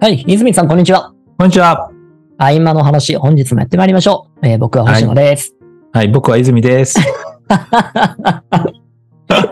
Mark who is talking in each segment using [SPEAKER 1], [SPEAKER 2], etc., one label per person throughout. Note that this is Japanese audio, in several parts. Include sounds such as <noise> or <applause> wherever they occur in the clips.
[SPEAKER 1] はい、泉さん、こんにちは。
[SPEAKER 2] こんにちは。
[SPEAKER 1] 合間の話、本日もやってまいりましょう。えー僕は星野です。
[SPEAKER 2] はい、僕は
[SPEAKER 1] <laughs>
[SPEAKER 2] 泉です。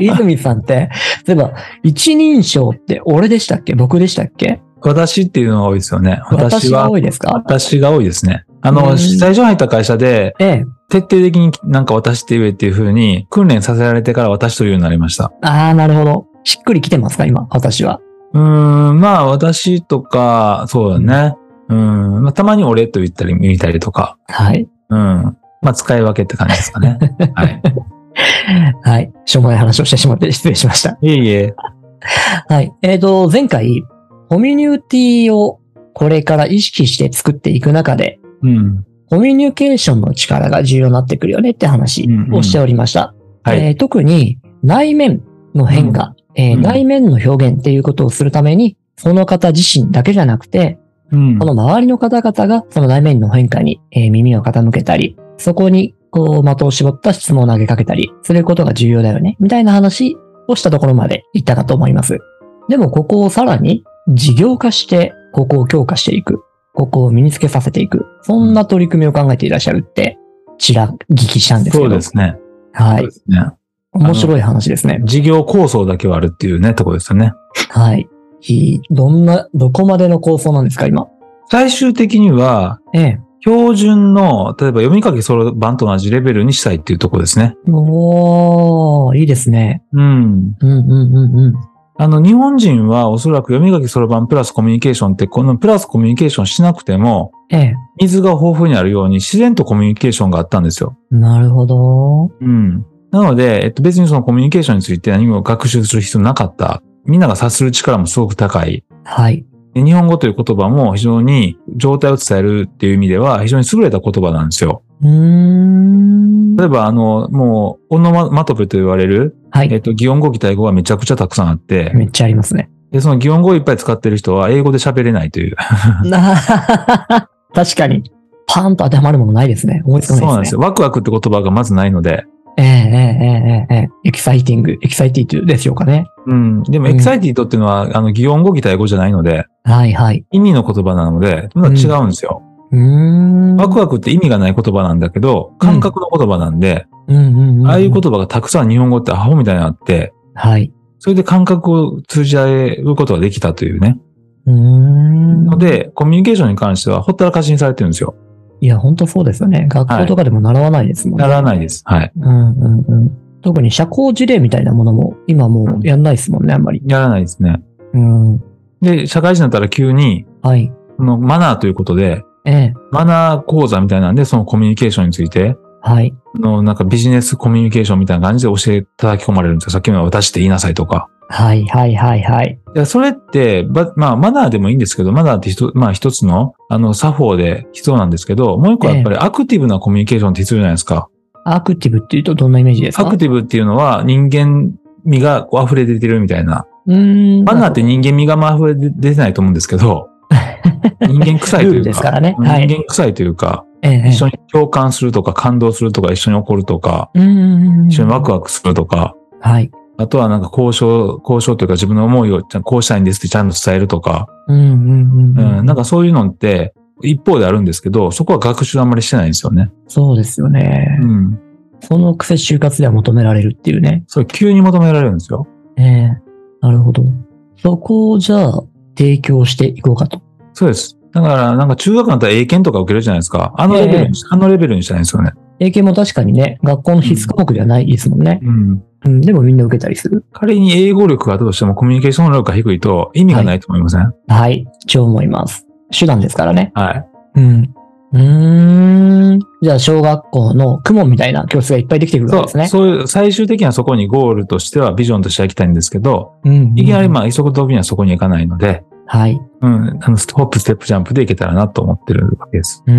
[SPEAKER 1] 泉さんって、 <laughs> 例えば、一人称って俺でしたっけ僕でしたっけ
[SPEAKER 2] 私っていうのが多いですよね。私
[SPEAKER 1] 私が
[SPEAKER 2] は、
[SPEAKER 1] 多いですか
[SPEAKER 2] 私が多いですね。あ
[SPEAKER 1] う
[SPEAKER 2] の、
[SPEAKER 1] ん
[SPEAKER 2] 最初入った会社で、
[SPEAKER 1] ええ。
[SPEAKER 2] 徹底的になんか私って言えっていう風に訓練させられてから私というようになりました。
[SPEAKER 1] ああ、なるほど。しっくりきてますか今、私は。
[SPEAKER 2] うーん、まあ私とか、そうだね。うん、まあたまに俺と言ったり見たりとか。
[SPEAKER 1] はい。
[SPEAKER 2] うん。まあ使い分けって感じです
[SPEAKER 1] <laughs>
[SPEAKER 2] かね。はい。
[SPEAKER 1] はい。しょうもない話をしてしまって失礼しました。
[SPEAKER 2] いえいえ。
[SPEAKER 1] はい。えっ、と、前回、コミュニティをこれから意識して作っていく中で、
[SPEAKER 2] うん。
[SPEAKER 1] コミュニケーションの力が重要になってくるよねって話をしておりました。
[SPEAKER 2] はい。
[SPEAKER 1] えー特に内面の変化、えー
[SPEAKER 2] うん
[SPEAKER 1] 内面の表現っていうことをするために、その方自身だけじゃなくて、
[SPEAKER 2] うん
[SPEAKER 1] そ。の周りの方々がその内面の変化に、えー耳を傾けたり、そこにこう的を絞った質問を投げかけたりすることが重要だよね、みたいな話をしたところまでいったかと思います。でもここをさらに事業化して、ここを強化していく、ここを身につけさせていく、そんな取り組みを考えていらっしゃるって、ちら聞きしたんですけど。
[SPEAKER 2] そうで。すね。
[SPEAKER 1] は
[SPEAKER 2] そう
[SPEAKER 1] い
[SPEAKER 2] で。すね。
[SPEAKER 1] 面白い話ですね。
[SPEAKER 2] 事業構想だけはあるっていうね、とこですよね。
[SPEAKER 1] はい。ひどんな、どこまでの構想なんですか、今。
[SPEAKER 2] 最終的には、
[SPEAKER 1] ええ。
[SPEAKER 2] 標準の、例えば読み書きそろばんと同じレベルにしたいっていうところですね。
[SPEAKER 1] おー、いいですね。
[SPEAKER 2] うん。
[SPEAKER 1] うんうんうんうん。
[SPEAKER 2] あの、日本人はおそらく読み書きそろばんプラスコミュニケーションって、このプラスコミュニケーションしなくても、
[SPEAKER 1] ええ。
[SPEAKER 2] 水が豊富にあるように自然とコミュニケーションがあったんですよ。
[SPEAKER 1] なるほど。
[SPEAKER 2] うん。なので、えっと、別にそのコミュニケーションについて何も学習する必要なかった。みんなが察する力もすごく高い。
[SPEAKER 1] はい。
[SPEAKER 2] で日本語という言葉も非常に状態を伝えるっていう意味では非常に優れた言葉なんですよ。
[SPEAKER 1] うーん。
[SPEAKER 2] 例えば、あの、もう、オノママトペと言われる、
[SPEAKER 1] は
[SPEAKER 2] えっ
[SPEAKER 1] い。
[SPEAKER 2] と、擬音語、擬態語がめちゃくちゃたくさんあって、
[SPEAKER 1] めっちゃありますね。
[SPEAKER 2] で、その擬音語をいっぱい使ってる人は英語で喋れないという。
[SPEAKER 1] な <laughs> 確かに。パンと当てはまるものないですね。思いつか
[SPEAKER 2] そうな
[SPEAKER 1] なんいで
[SPEAKER 2] で
[SPEAKER 1] すすね。
[SPEAKER 2] よ。ワクワクって言葉がまずないので。
[SPEAKER 1] ええええええええエキサイティング、エキサイティトゥでしょうかね。
[SPEAKER 2] うん。でも、
[SPEAKER 1] うん
[SPEAKER 2] エキサイティドっていうのは、あの、擬音語、擬態語じゃないので、
[SPEAKER 1] はいはい。
[SPEAKER 2] 意味の言葉なので、まだ違うんですよ。
[SPEAKER 1] うーん。
[SPEAKER 2] ワクワクって意味がない言葉なんだけど、感覚の言葉なんで、
[SPEAKER 1] うんうんうん。
[SPEAKER 2] ああいう言
[SPEAKER 1] と。
[SPEAKER 2] 葉がたくさん日本語ってアホみたいにあって、
[SPEAKER 1] はい。
[SPEAKER 2] それで感覚を通じ合えることができたというね。
[SPEAKER 1] うーん。
[SPEAKER 2] ので、コミュニケーションに関しては、ほったらかしにされてるんですよ。
[SPEAKER 1] いや、本当そうですよね。学校とかでも習わないですもんね。
[SPEAKER 2] ならないです。はい。
[SPEAKER 1] うんうんうん。特に社交辞令みたいなものも今もうやんないですもんね、あんまり。
[SPEAKER 2] やらないですね。
[SPEAKER 1] うん。
[SPEAKER 2] で、社会人になったら急に、
[SPEAKER 1] はい。
[SPEAKER 2] このマナーということで、
[SPEAKER 1] ええ。
[SPEAKER 2] マナー講座みたいなんで、そのコミュニケーションについて、
[SPEAKER 1] はい。
[SPEAKER 2] あの、なんかビジネスコミュニケーションみたいな感じで教え、叩き込まれるんですよ。さっきの私って言いなさいとか。
[SPEAKER 1] はいはいはいはい。
[SPEAKER 2] いや、それって、ばまあ、マナーでもいいんですけど、マナーって一つ、まあ一つの、あの、作法で必要なんですけど、もう一個はやっぱりアクティブなコミュニケーションって必要じゃないですか。
[SPEAKER 1] アクティブっていうとどんなイメージです
[SPEAKER 2] ア
[SPEAKER 1] か
[SPEAKER 2] クティブっていうのは人間味がこう溢れ出てるみたいな。
[SPEAKER 1] うーん。
[SPEAKER 2] マナーって人間味がまあ溢れ出てないと思うんですけ
[SPEAKER 1] <laughs>
[SPEAKER 2] ど、人間臭いと
[SPEAKER 1] ルー
[SPEAKER 2] い
[SPEAKER 1] ル
[SPEAKER 2] う
[SPEAKER 1] で
[SPEAKER 2] か、
[SPEAKER 1] すからね。
[SPEAKER 2] 人
[SPEAKER 1] はい。
[SPEAKER 2] 間臭いというか、
[SPEAKER 1] ええ
[SPEAKER 2] 一緒に共感するとか、感動するとか、一緒に怒るとか、
[SPEAKER 1] うんうんうん。
[SPEAKER 2] 一緒にワクワクするとか、
[SPEAKER 1] はい。
[SPEAKER 2] あとはなんか交渉、交渉というか自分の思いをちゃんこうしたいんですってちゃんと伝えるとか、
[SPEAKER 1] うんうんうん。
[SPEAKER 2] うん、なんかそういうのって一方であるんですけど、そこは学習あんまりしてないんですよね。
[SPEAKER 1] そうですよね
[SPEAKER 2] う。ん。
[SPEAKER 1] そのくせ就活では求められるっていうね。
[SPEAKER 2] それ急に求められるんですよ。
[SPEAKER 1] ええ。なるほど。そこをじゃあ提供していこうかと。
[SPEAKER 2] そうです。だから、なんか中学だったら英検とか受けるじゃないですか。あのレベルにし、あのレベルにしたいんですよね。
[SPEAKER 1] 英検も確かにね、学校の必須科目ではないですもんね。
[SPEAKER 2] うん。
[SPEAKER 1] うん、でもみんな受けたりする。
[SPEAKER 2] 仮に英語力があったとしてもコミュニケーション能力が低いと意味がないと思いません、はい、
[SPEAKER 1] はい、超思います。手段ですからね。うん。うーん。じゃあ、小学校の公文みたいな教室がいっぱいできてくるわ
[SPEAKER 2] そ
[SPEAKER 1] け
[SPEAKER 2] う
[SPEAKER 1] ですね。
[SPEAKER 2] そういう、最終的にはそこにゴールとしてはビジョンとしては行きたいんですけど、
[SPEAKER 1] うんうんうん
[SPEAKER 2] いきなりまあ、一足飛びにはそこに行かないので、
[SPEAKER 1] はい。
[SPEAKER 2] うん、あの、ストップ、ステップ、ジャンプで行けたらなと思ってるわけです。
[SPEAKER 1] う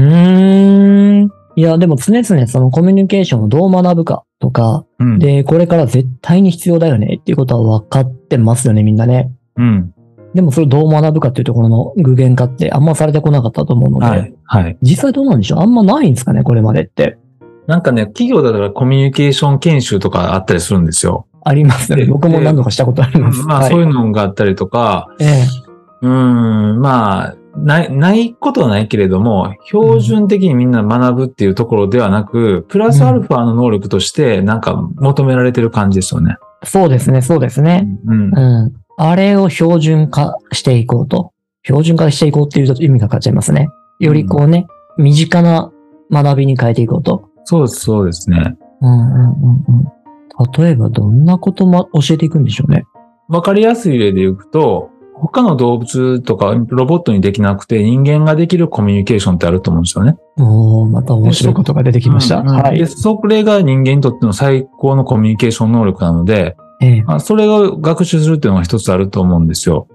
[SPEAKER 1] ーん。いや、でも常々そのコミュニケーションをどう学ぶかとか、
[SPEAKER 2] うん。
[SPEAKER 1] で、これから絶対に必要だよねっていうことは分かってますよね、みんなね。
[SPEAKER 2] うん。
[SPEAKER 1] でもそれをどう学ぶかっていうところの具現化ってあんまされてこなかったと思うので、
[SPEAKER 2] はい。はい。
[SPEAKER 1] 実際どうなんでしょうあんまないんですかね、これまでって。
[SPEAKER 2] なんかね、企業だったらコミュニケーション研修とかあったりするんですよ。
[SPEAKER 1] ありますよね。
[SPEAKER 2] で
[SPEAKER 1] 僕も何度かしたことあります。
[SPEAKER 2] まあ、
[SPEAKER 1] はい
[SPEAKER 2] そういうのがあったりとか、
[SPEAKER 1] ええ
[SPEAKER 2] うーん、まあ、ない、ないことはないけれども、標準的にみんな学ぶっていうところではなく、プラスアルファの能力として、なんか求められてる感じですよね。
[SPEAKER 1] そうですね、そうですね。
[SPEAKER 2] うん
[SPEAKER 1] う。ん。あれを標準化していこうと。標準化していこうっていうと意味が変わっちゃいますね。よりこうね、身近な学びに変えていこうと。
[SPEAKER 2] そうです、そうですね。
[SPEAKER 1] うんうんうんうん。例えばどんなことも教えていくんでしょうね。
[SPEAKER 2] わかりやすい例で言うと、他の動物とかロボットにできなくて人間ができるコミュニケーションってあると思うんですよね。
[SPEAKER 1] おー、また面白いことが出てきました。
[SPEAKER 2] うんうん
[SPEAKER 1] はい
[SPEAKER 2] で、。それが人間にとっての最高のコミュニケーション能力なので、
[SPEAKER 1] ええ
[SPEAKER 2] まあ、それを学習するっていうのが一つあると思うんですよ。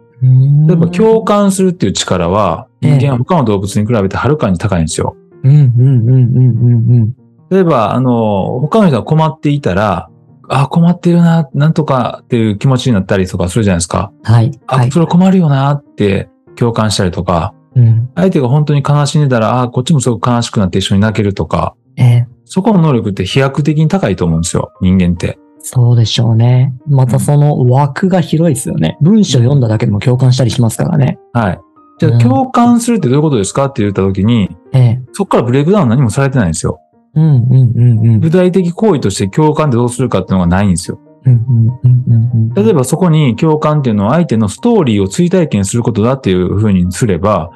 [SPEAKER 2] 例えば共感するっていう力は
[SPEAKER 1] ええ
[SPEAKER 2] 人間は他の動物に比べてはるかに高いんですよ。
[SPEAKER 1] うんうんうんうんうんうん。
[SPEAKER 2] 例えば、あの、他の人が困っていたら、あ、困ってるな、なんとかっていう気持ちになったりとかするじゃないですか。
[SPEAKER 1] はい。
[SPEAKER 2] あ、
[SPEAKER 1] はい。
[SPEAKER 2] それ困るよなって共感したりとか、
[SPEAKER 1] うん。
[SPEAKER 2] 相手が本当に悲しんでたら、ああ、こっちもすごく悲しくなって一緒に泣けるとか、
[SPEAKER 1] ええ
[SPEAKER 2] そこの能力って飛躍的に高いと思うんですよ、人間って。
[SPEAKER 1] そうでしょうね。またその枠が広いですよね。文章読んだだけでも共感したりしますからね。
[SPEAKER 2] はい。じゃ
[SPEAKER 1] う
[SPEAKER 2] あ、
[SPEAKER 1] ん
[SPEAKER 2] 共感するってどういうことですかって言った時に、
[SPEAKER 1] ええ。
[SPEAKER 2] そこからブレイクダウン何もされてないんですよ。
[SPEAKER 1] うんうんうんうん。
[SPEAKER 2] 具体的行為として共感ってどうするかっていうのがないんですよ。
[SPEAKER 1] うんうんうんうん。
[SPEAKER 2] 例えばそこに共感っていうのは相手のストーリーを追体験することだっていうふうにすれば、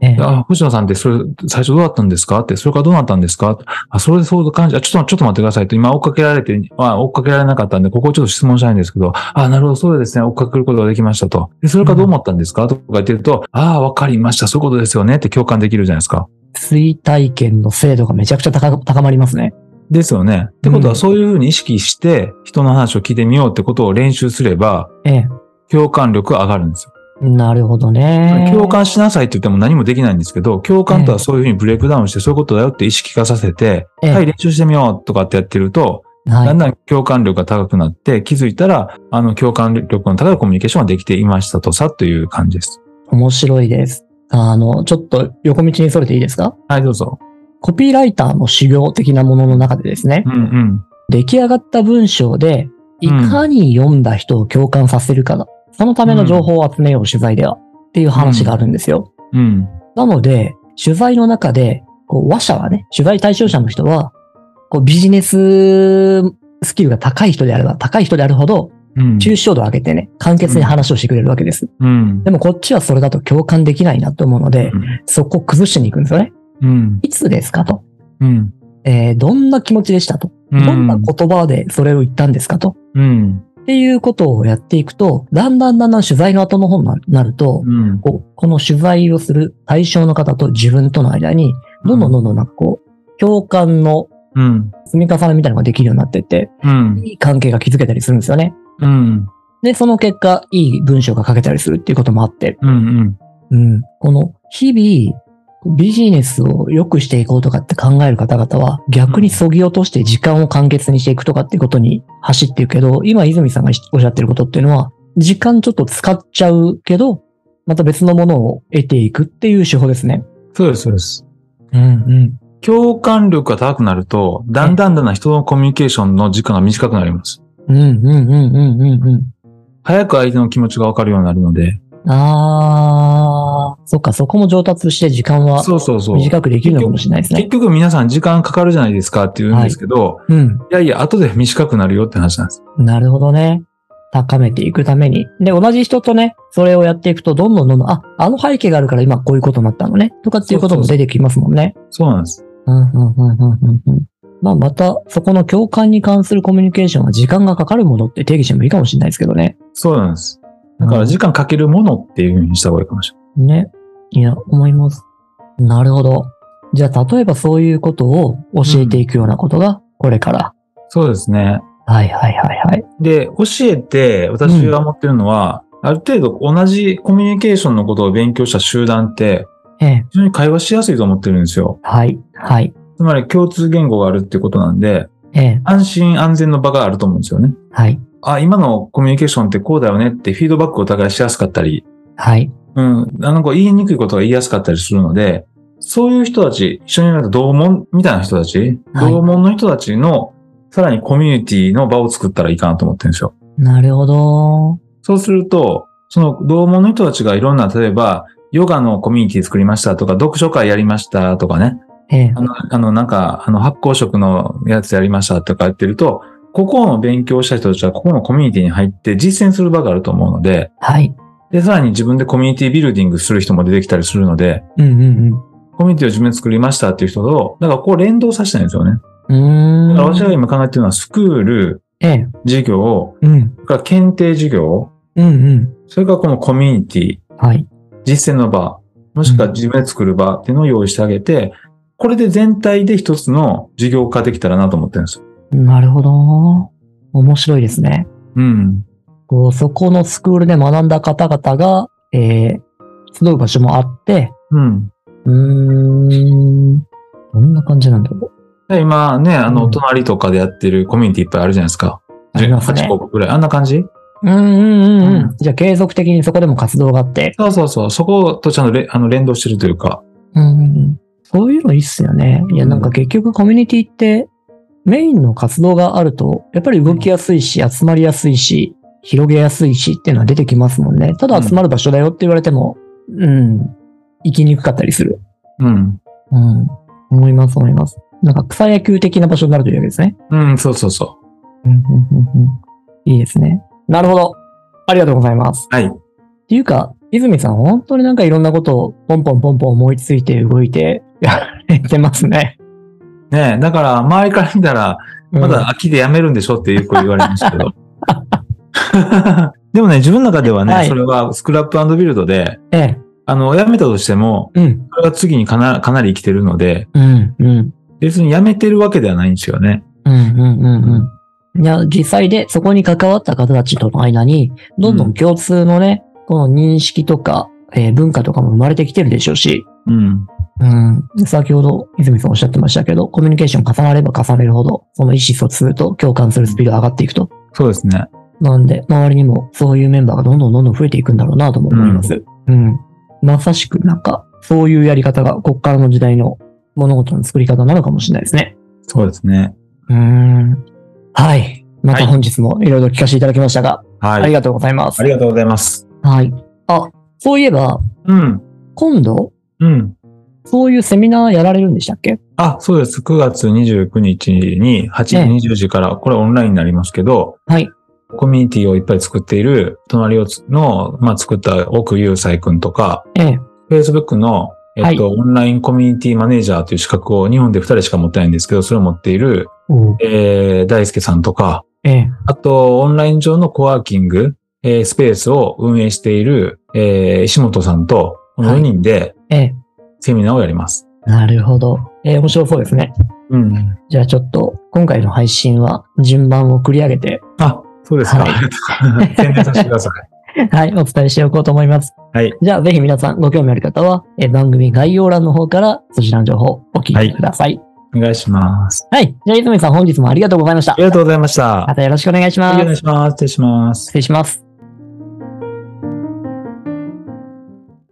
[SPEAKER 1] ええ、
[SPEAKER 2] あ、星野さんってそれ、最初どうだったんですかって、それからどうなったんですかあ、それでそう感じ、あ、ちょっと、ちょっと待ってくださいと、今追っかけられて、あ、追っかけられなかったんで、ここをちょっと質問したいんですけど、あ、なるほど、そうですね、追っかけることができましたと。で、それからどう思ったんですかとか言ってると、ああ、わかりました、そういうことですよねって共感できるじゃないですか。
[SPEAKER 1] 追体験の精度がめちゃくちゃ高高まりますね。
[SPEAKER 2] ですよね。ってこと
[SPEAKER 1] うん
[SPEAKER 2] は、そういうふうに意識して、人の話を聞いてみようってことを練習すれば、
[SPEAKER 1] ええ。
[SPEAKER 2] 共感力が上がるんですよ。
[SPEAKER 1] なるほどね。
[SPEAKER 2] 共感しなさいって言っても何もできないんですけど、共感とはそういうふうにブレイクダウンして、そういうことだよって意識化させて、
[SPEAKER 1] ええ
[SPEAKER 2] はい、練習してみようとかってやってると、
[SPEAKER 1] はい
[SPEAKER 2] だんだん共感力が高くなって、気づいたら、あの、共感力の高いコミュニケーションができていましたとさ、という感じです。
[SPEAKER 1] 面白いです。あの、ちょっと横道にそれていいですか
[SPEAKER 2] はい、どうぞ。
[SPEAKER 1] コピーライターの修行的なものの中でですね、
[SPEAKER 2] うんうん。
[SPEAKER 1] 出来上がった文章で、いかに読んだ人を共感させるかだ。そのための情報を集めよう、取材では。っていう話があるんですよ。
[SPEAKER 2] うん。
[SPEAKER 1] なので、取材の中で、こう、話者はね、取材対象者の人は、こう、ビジネススキルが高い人であれば、高い人であるほど、
[SPEAKER 2] うん。
[SPEAKER 1] 抽象度を上げてね、簡潔に話をしてくれるわけです。
[SPEAKER 2] うん。
[SPEAKER 1] でもこっちはそれだと共感できないなと思うので
[SPEAKER 2] う、ん
[SPEAKER 1] そこを崩してに行くんですよね。
[SPEAKER 2] うん。
[SPEAKER 1] いつですかと。
[SPEAKER 2] うん。
[SPEAKER 1] えーどんな気持ちでしたと。
[SPEAKER 2] う
[SPEAKER 1] どんな言葉でそれを言ったんですかと。
[SPEAKER 2] うん。
[SPEAKER 1] っていうことをやっていくと、だんだんだんだん取材の後の方にななると、
[SPEAKER 2] うん。
[SPEAKER 1] こうこの取材をする対象の方と自分との間に、どんどんどんどんなんかこう、共感の
[SPEAKER 2] うん。
[SPEAKER 1] 積み重ねみたいなのができるようになってって、
[SPEAKER 2] うん。
[SPEAKER 1] いい関係が築けたりするんですよね。
[SPEAKER 2] うん。
[SPEAKER 1] で、その結果、いい文章が書けたりするっていうこともあって、
[SPEAKER 2] うん。
[SPEAKER 1] うん。この、日々、ビジネスを良くしていこうとかって考える方々は、逆にそぎ落として時間を簡潔にしていくとかっていうことに走っていくけど、今泉さんがおっしゃってることっていうのは、時間ちょっと使っちゃうけど、また別のものを得ていくっていう手法ですね。
[SPEAKER 2] そうです、そうです。
[SPEAKER 1] うんうん。
[SPEAKER 2] 共感力が高くなると、だんだんだんだん人のコミュニケーションの時間が短くなります。
[SPEAKER 1] うんうんうんうんうんうん。
[SPEAKER 2] 早く相手の気持ちがわかるようになるので。
[SPEAKER 1] あー、そっか、そこも上達して時間は
[SPEAKER 2] そうそうそう。
[SPEAKER 1] 短くできるのかもしれないです
[SPEAKER 2] 結
[SPEAKER 1] ね。
[SPEAKER 2] 局皆さん時間かかるじゃないですかって言うんですけど、
[SPEAKER 1] うん。
[SPEAKER 2] いやいや、後で短くなるよって話なんです。
[SPEAKER 1] なるほどね。高めていくために。で、同じ人とね、それをやっていくと、どんどんどんどん、あ、あの背景があるから今こういうことになったのね。とかっていうことも出てきますもんね。
[SPEAKER 2] そうなんです。
[SPEAKER 1] うん、うん、うん、うん、うんうん。まあ、また、そこの共感に関するコミュニケーションは時間がかかるものって定義してもいいかもしれないですけどね。
[SPEAKER 2] そうなんです。だから時間かけるものっていうふうにした方がいいかもしれ
[SPEAKER 1] うんね。いや、思います。なるほど。じゃあ、例えばそういうことを教えていくようなことが、これから。
[SPEAKER 2] ない。そうですね。
[SPEAKER 1] はい、はい、はい、はい。
[SPEAKER 2] で、教えて私が思ってるのは、ある程度同じコミュニケーションのことを勉強した集団って、
[SPEAKER 1] ええ。
[SPEAKER 2] 非常に会話しやすいと思ってるんですよ。
[SPEAKER 1] はい、はい。
[SPEAKER 2] つまり共通言語があるってことなんで、
[SPEAKER 1] ええ。
[SPEAKER 2] 安心安全の場があると思うんですよね。
[SPEAKER 1] はい、
[SPEAKER 2] あ、今のコミュニケーションってこうだよねってフィードバックをお互いしやすかったり、
[SPEAKER 1] はい。
[SPEAKER 2] うん。あの、こう言いにくいことが言いやすかったりするので、そういう人たち、一緒になると同門みたいな人たち、
[SPEAKER 1] はい
[SPEAKER 2] 同門の人たちの、さらにコミュニティの場を作ったらいいかなと思ってるんですよ。
[SPEAKER 1] なるほど。
[SPEAKER 2] そうすると、その同門の人たちがいろんな、例えば、ヨガのコミュニティ作りましたとか、読書会やりましたとかね、
[SPEAKER 1] ええ
[SPEAKER 2] あの、あのなんか、あの、発酵食のやつやりましたとか言ってると、ここの勉強した人たちは、ここのコミュニティに入って実践する場があると思うので、
[SPEAKER 1] はい。
[SPEAKER 2] で、さらに自分でコミュニティビルディングする人も出てきたりするので、
[SPEAKER 1] うん
[SPEAKER 2] コミュニティを自分で作りましたっていう人と、だからこう連動させたいんですよね。
[SPEAKER 1] うんうん。
[SPEAKER 2] だ
[SPEAKER 1] う
[SPEAKER 2] から
[SPEAKER 1] ー
[SPEAKER 2] 私
[SPEAKER 1] ん。
[SPEAKER 2] が今考えてるのは、スクール、
[SPEAKER 1] ええ。
[SPEAKER 2] 授業、
[SPEAKER 1] うん。
[SPEAKER 2] それから検定授業、
[SPEAKER 1] うんうん。
[SPEAKER 2] それからこのコミュニティ、
[SPEAKER 1] はい。
[SPEAKER 2] 実践の場、もしくは自分で作る場っていうのを用意してあげて、これで全体で一つの事業化できたらなと思ってるんですよ。
[SPEAKER 1] なるほど。面白いですね。
[SPEAKER 2] うん。
[SPEAKER 1] こう、そこのスクールで学んだ方々が、えー、集う場所もあって、
[SPEAKER 2] うん。
[SPEAKER 1] うーん。どんな感じなんだろ
[SPEAKER 2] で今ね、あ
[SPEAKER 1] う
[SPEAKER 2] の、
[SPEAKER 1] ん
[SPEAKER 2] 隣とかでやってるコミュニティいっぱいあるじゃないですか。
[SPEAKER 1] ありますね
[SPEAKER 2] 8個ぐらい。あんな感じ
[SPEAKER 1] う。うんうんうん
[SPEAKER 2] う
[SPEAKER 1] うん。じゃあ継続的にそこでも活動があって。
[SPEAKER 2] そうそうそう。そことちゃんとれあの連動してるというか。
[SPEAKER 1] うんうんうん。そういうのいいっすよね。いや、
[SPEAKER 2] うん
[SPEAKER 1] なんか結局コミュニティって、メインの活動があると、やっぱり動きやすいし、集まりやすいし、広げやすいしっていうのは出てきますもんね。ただ集まる場所だよって言われても、うん、行きにくかったりする。
[SPEAKER 2] うん。
[SPEAKER 1] うん。思います、思います。なんか草野球的な場所になるというわけですね。
[SPEAKER 2] うん、そうそうそ
[SPEAKER 1] うんうんうんうんいいですね。なるほど。ありがとうございます。
[SPEAKER 2] はい
[SPEAKER 1] っていうか、泉さん、本当になんかいろんなことをポンポンポンポン思いついて動いてやれてますね。
[SPEAKER 2] う。ねえだから周りから見たら、
[SPEAKER 1] うん
[SPEAKER 2] まだ、飽きでやめるんでしょってよく言われますけど。 <laughs> でもね、自分の中ではね、
[SPEAKER 1] はい
[SPEAKER 2] それはスクラップビルドで、
[SPEAKER 1] ええ、
[SPEAKER 2] あの、やめたとしても、
[SPEAKER 1] うん、
[SPEAKER 2] それが次にかなかなり生きてるので、
[SPEAKER 1] うん、うん、
[SPEAKER 2] 別にやめてるわけではないんですよね。
[SPEAKER 1] うん、うん、うん、うん。いや、実際でそこに関わった方たちとの間に、どんどん共通のね、この認識とか、えー文化とかも生まれてきてるでしょうし、
[SPEAKER 2] うん。
[SPEAKER 1] うん。先ほど泉さんおっしゃってましたけど、コミュニケーション重なれば重ねるほど、その意思疎通と共感するスピードが上がっていくと。
[SPEAKER 2] そうですね。
[SPEAKER 1] なんで、周りにもそういうメンバーがどんどんどんどん増えていくんだろうなとも思います。うん。まさしくなんか、そういうやり方がこっからの時代の物事の作り方なのかもしれないですね。
[SPEAKER 2] そうですね。
[SPEAKER 1] うーん。はい。ま
[SPEAKER 2] は
[SPEAKER 1] た
[SPEAKER 2] い
[SPEAKER 1] 本日もいろいろ聞かせていただきましたが、
[SPEAKER 2] はい。
[SPEAKER 1] ありがとうございます
[SPEAKER 2] あ。りがとうございます。
[SPEAKER 1] はい。あ、そういえば、
[SPEAKER 2] うん。
[SPEAKER 1] 今度、
[SPEAKER 2] うん。
[SPEAKER 1] そういうセミナーやられるんでしたっけ
[SPEAKER 2] あ、そうです。9月29日に8時
[SPEAKER 1] ええ
[SPEAKER 2] 20時から、これオンラインになりますけど、
[SPEAKER 1] はい。
[SPEAKER 2] コミュニティをいっぱい作っている、隣をつの、まあ、作った奥祐斎くんとか、
[SPEAKER 1] ええ。
[SPEAKER 2] Facebook の、えっと、オンラインコミュニティマネージャーという資格を日本で2人しか持ってないんですけど、それを持っている、
[SPEAKER 1] おう
[SPEAKER 2] えー、大輔さんとか、
[SPEAKER 1] ええ。
[SPEAKER 2] あと、オンライン上のコワーキング、えースペースを運営している、えー石本さんと、この4人で
[SPEAKER 1] ええ。
[SPEAKER 2] セミナーをやります。
[SPEAKER 1] なるほど。えー面白そうですね。
[SPEAKER 2] うん。
[SPEAKER 1] じゃあちょっと、今回の配信は順番を繰り上げて、
[SPEAKER 2] <laughs> あ、そうですか。
[SPEAKER 1] は
[SPEAKER 2] <laughs> 宣伝させてください。
[SPEAKER 1] はい、お伝えしておこうと思います。
[SPEAKER 2] はい。
[SPEAKER 1] じゃあぜひ皆さんご興味ある方は、えー番組概要欄の方からそちらの情報お聞きください。
[SPEAKER 2] お願いします。
[SPEAKER 1] はい、じゃあ泉さん本日もありがとうございました
[SPEAKER 2] あり。がとうございました。
[SPEAKER 1] またよろしくお願いしま
[SPEAKER 2] お
[SPEAKER 1] す
[SPEAKER 2] 願い。します。失礼します。
[SPEAKER 1] 失礼します。